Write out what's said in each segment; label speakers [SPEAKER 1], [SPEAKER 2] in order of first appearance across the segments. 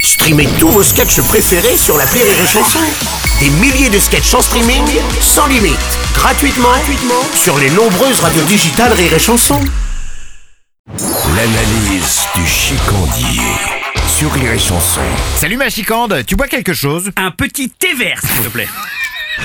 [SPEAKER 1] Streamez tous vos sketchs préférés sur la Rire et Chanson. Des milliers de sketchs en streaming, sans limite, gratuitement, gratuitement sur les nombreuses radios digitales Rire et Chanson. L'analyse du chicandier sur Rire et Chanson.
[SPEAKER 2] Salut ma chicande, tu bois quelque chose
[SPEAKER 3] un petit thé vert, s'il te plaît.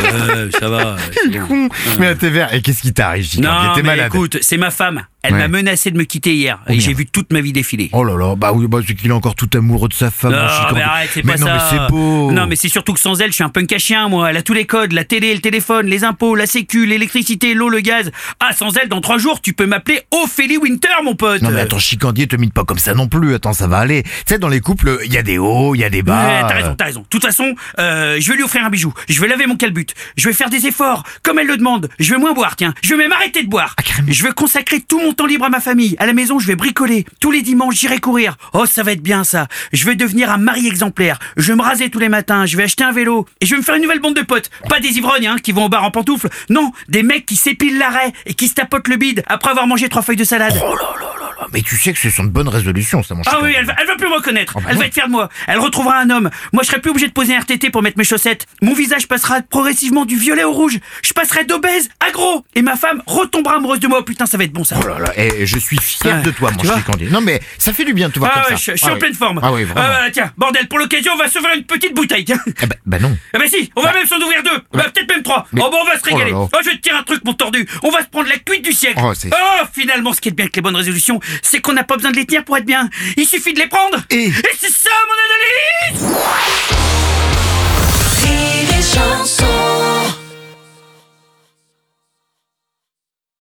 [SPEAKER 4] Ouais, ça va. c'est
[SPEAKER 2] Mmh.
[SPEAKER 4] bon.
[SPEAKER 2] Mais t'es vert. Et qu'est-ce qui t'arrive, chicande
[SPEAKER 3] Euh. Non,
[SPEAKER 2] T'es
[SPEAKER 3] mais
[SPEAKER 2] malade.
[SPEAKER 3] écoute, c'est ma femme. Elle
[SPEAKER 2] Ouais. Oh,
[SPEAKER 3] m'a menacé de me quitter hier. et j'ai
[SPEAKER 2] merde.
[SPEAKER 3] vu toute ma vie défiler.
[SPEAKER 2] Oh là là, bah oui, bah c'est qu'il est encore tout amoureux de sa femme. mon
[SPEAKER 3] non,
[SPEAKER 2] chicandier.
[SPEAKER 3] mais arrête, c'est
[SPEAKER 2] Mais
[SPEAKER 3] pas
[SPEAKER 2] non,
[SPEAKER 3] ça.
[SPEAKER 2] mais c'est beau.
[SPEAKER 3] Non, mais c'est surtout que sans elle, je suis un punk à chien, moi. Elle a tous les codes, la télé, le téléphone, les impôts, la sécu, l'électricité, l'eau, le gaz. Ah, sans elle, dans trois jours, tu peux m'appeler Ophélie Winter, mon pote.
[SPEAKER 2] Non mais attends, chicandier, te mine pas comme ça non plus. Attends, ça va aller. Tu sais, dans les couples, il y a des hauts, il y a des bas.
[SPEAKER 3] Ouais, t'as raison, t'as raison. De toute façon, euh, je vais lui offrir un bijou. Je vais laver mon calbut. Je vais faire des efforts, comme elle le demande. Je vais moins boire, tiens. Je vais même arrêter de boire.
[SPEAKER 2] carrément.
[SPEAKER 3] je vais consacrer tout mon temps libre à ma famille. À la maison, je vais bricoler. Tous les dimanches, j'irai courir. Oh, ça va être bien, ça. Je vais devenir un mari exemplaire. Je vais me raser tous les matins. Je vais acheter un vélo. Et je vais me faire une nouvelle bande de potes. Pas des ivrognes, hein, qui vont au bar en pantoufles. Non, des mecs qui s'épilent l'arrêt et qui se tapotent le bide après avoir mangé trois feuilles de salade.
[SPEAKER 2] Oh là là là là. Mais tu sais que ce sont de bonnes résolutions, ça, mon
[SPEAKER 3] Ah
[SPEAKER 2] chicandier.
[SPEAKER 3] oui, elle va, elle va plus me reconnaître.
[SPEAKER 2] bah
[SPEAKER 3] elle
[SPEAKER 2] non.
[SPEAKER 3] va être fière de moi. Elle retrouvera un homme. Moi, je serai plus obligé de poser un RTT pour mettre mes chaussettes. Mon visage passera progressivement du violet au rouge. Je passerai d'obèse à gros. Et ma femme retombera amoureuse de moi. Putain, ça va être bon ça.
[SPEAKER 2] Oh là là, eh, je suis fier
[SPEAKER 3] Ouais, Ah,
[SPEAKER 2] de toi, mon
[SPEAKER 3] tu vois
[SPEAKER 2] chicandier. Non mais ça fait du bien de te voir
[SPEAKER 3] Ah
[SPEAKER 2] comme
[SPEAKER 3] ouais,
[SPEAKER 2] ça.
[SPEAKER 3] je, je suis
[SPEAKER 2] Ah
[SPEAKER 3] en
[SPEAKER 2] oui.
[SPEAKER 3] pleine forme.
[SPEAKER 2] Ah oui, vraiment.
[SPEAKER 3] Ah bah, tiens, bordel, pour l'occasion, on va s'ouvrir une petite bouteille. Tiens.
[SPEAKER 2] Eh ben, bah non.
[SPEAKER 3] Ah bah si, on va même s'en ouvrir deux. Bah, peut-être même trois.
[SPEAKER 2] mais-
[SPEAKER 3] Oh bah on va se
[SPEAKER 2] Oh là
[SPEAKER 3] régaler.
[SPEAKER 2] là.
[SPEAKER 3] Oh, je vais te dire un truc, mon tordu. On va se prendre la cuite du siècle.
[SPEAKER 2] Oh, c'est-
[SPEAKER 3] finalement, ce qui est bien avec les bonnes résolutions, c'est qu'on n'a pas besoin de les tenir pour être bien. Il suffit de les prendre.
[SPEAKER 2] Et-
[SPEAKER 3] c'est ça, mon analyse
[SPEAKER 5] Rire et chanson.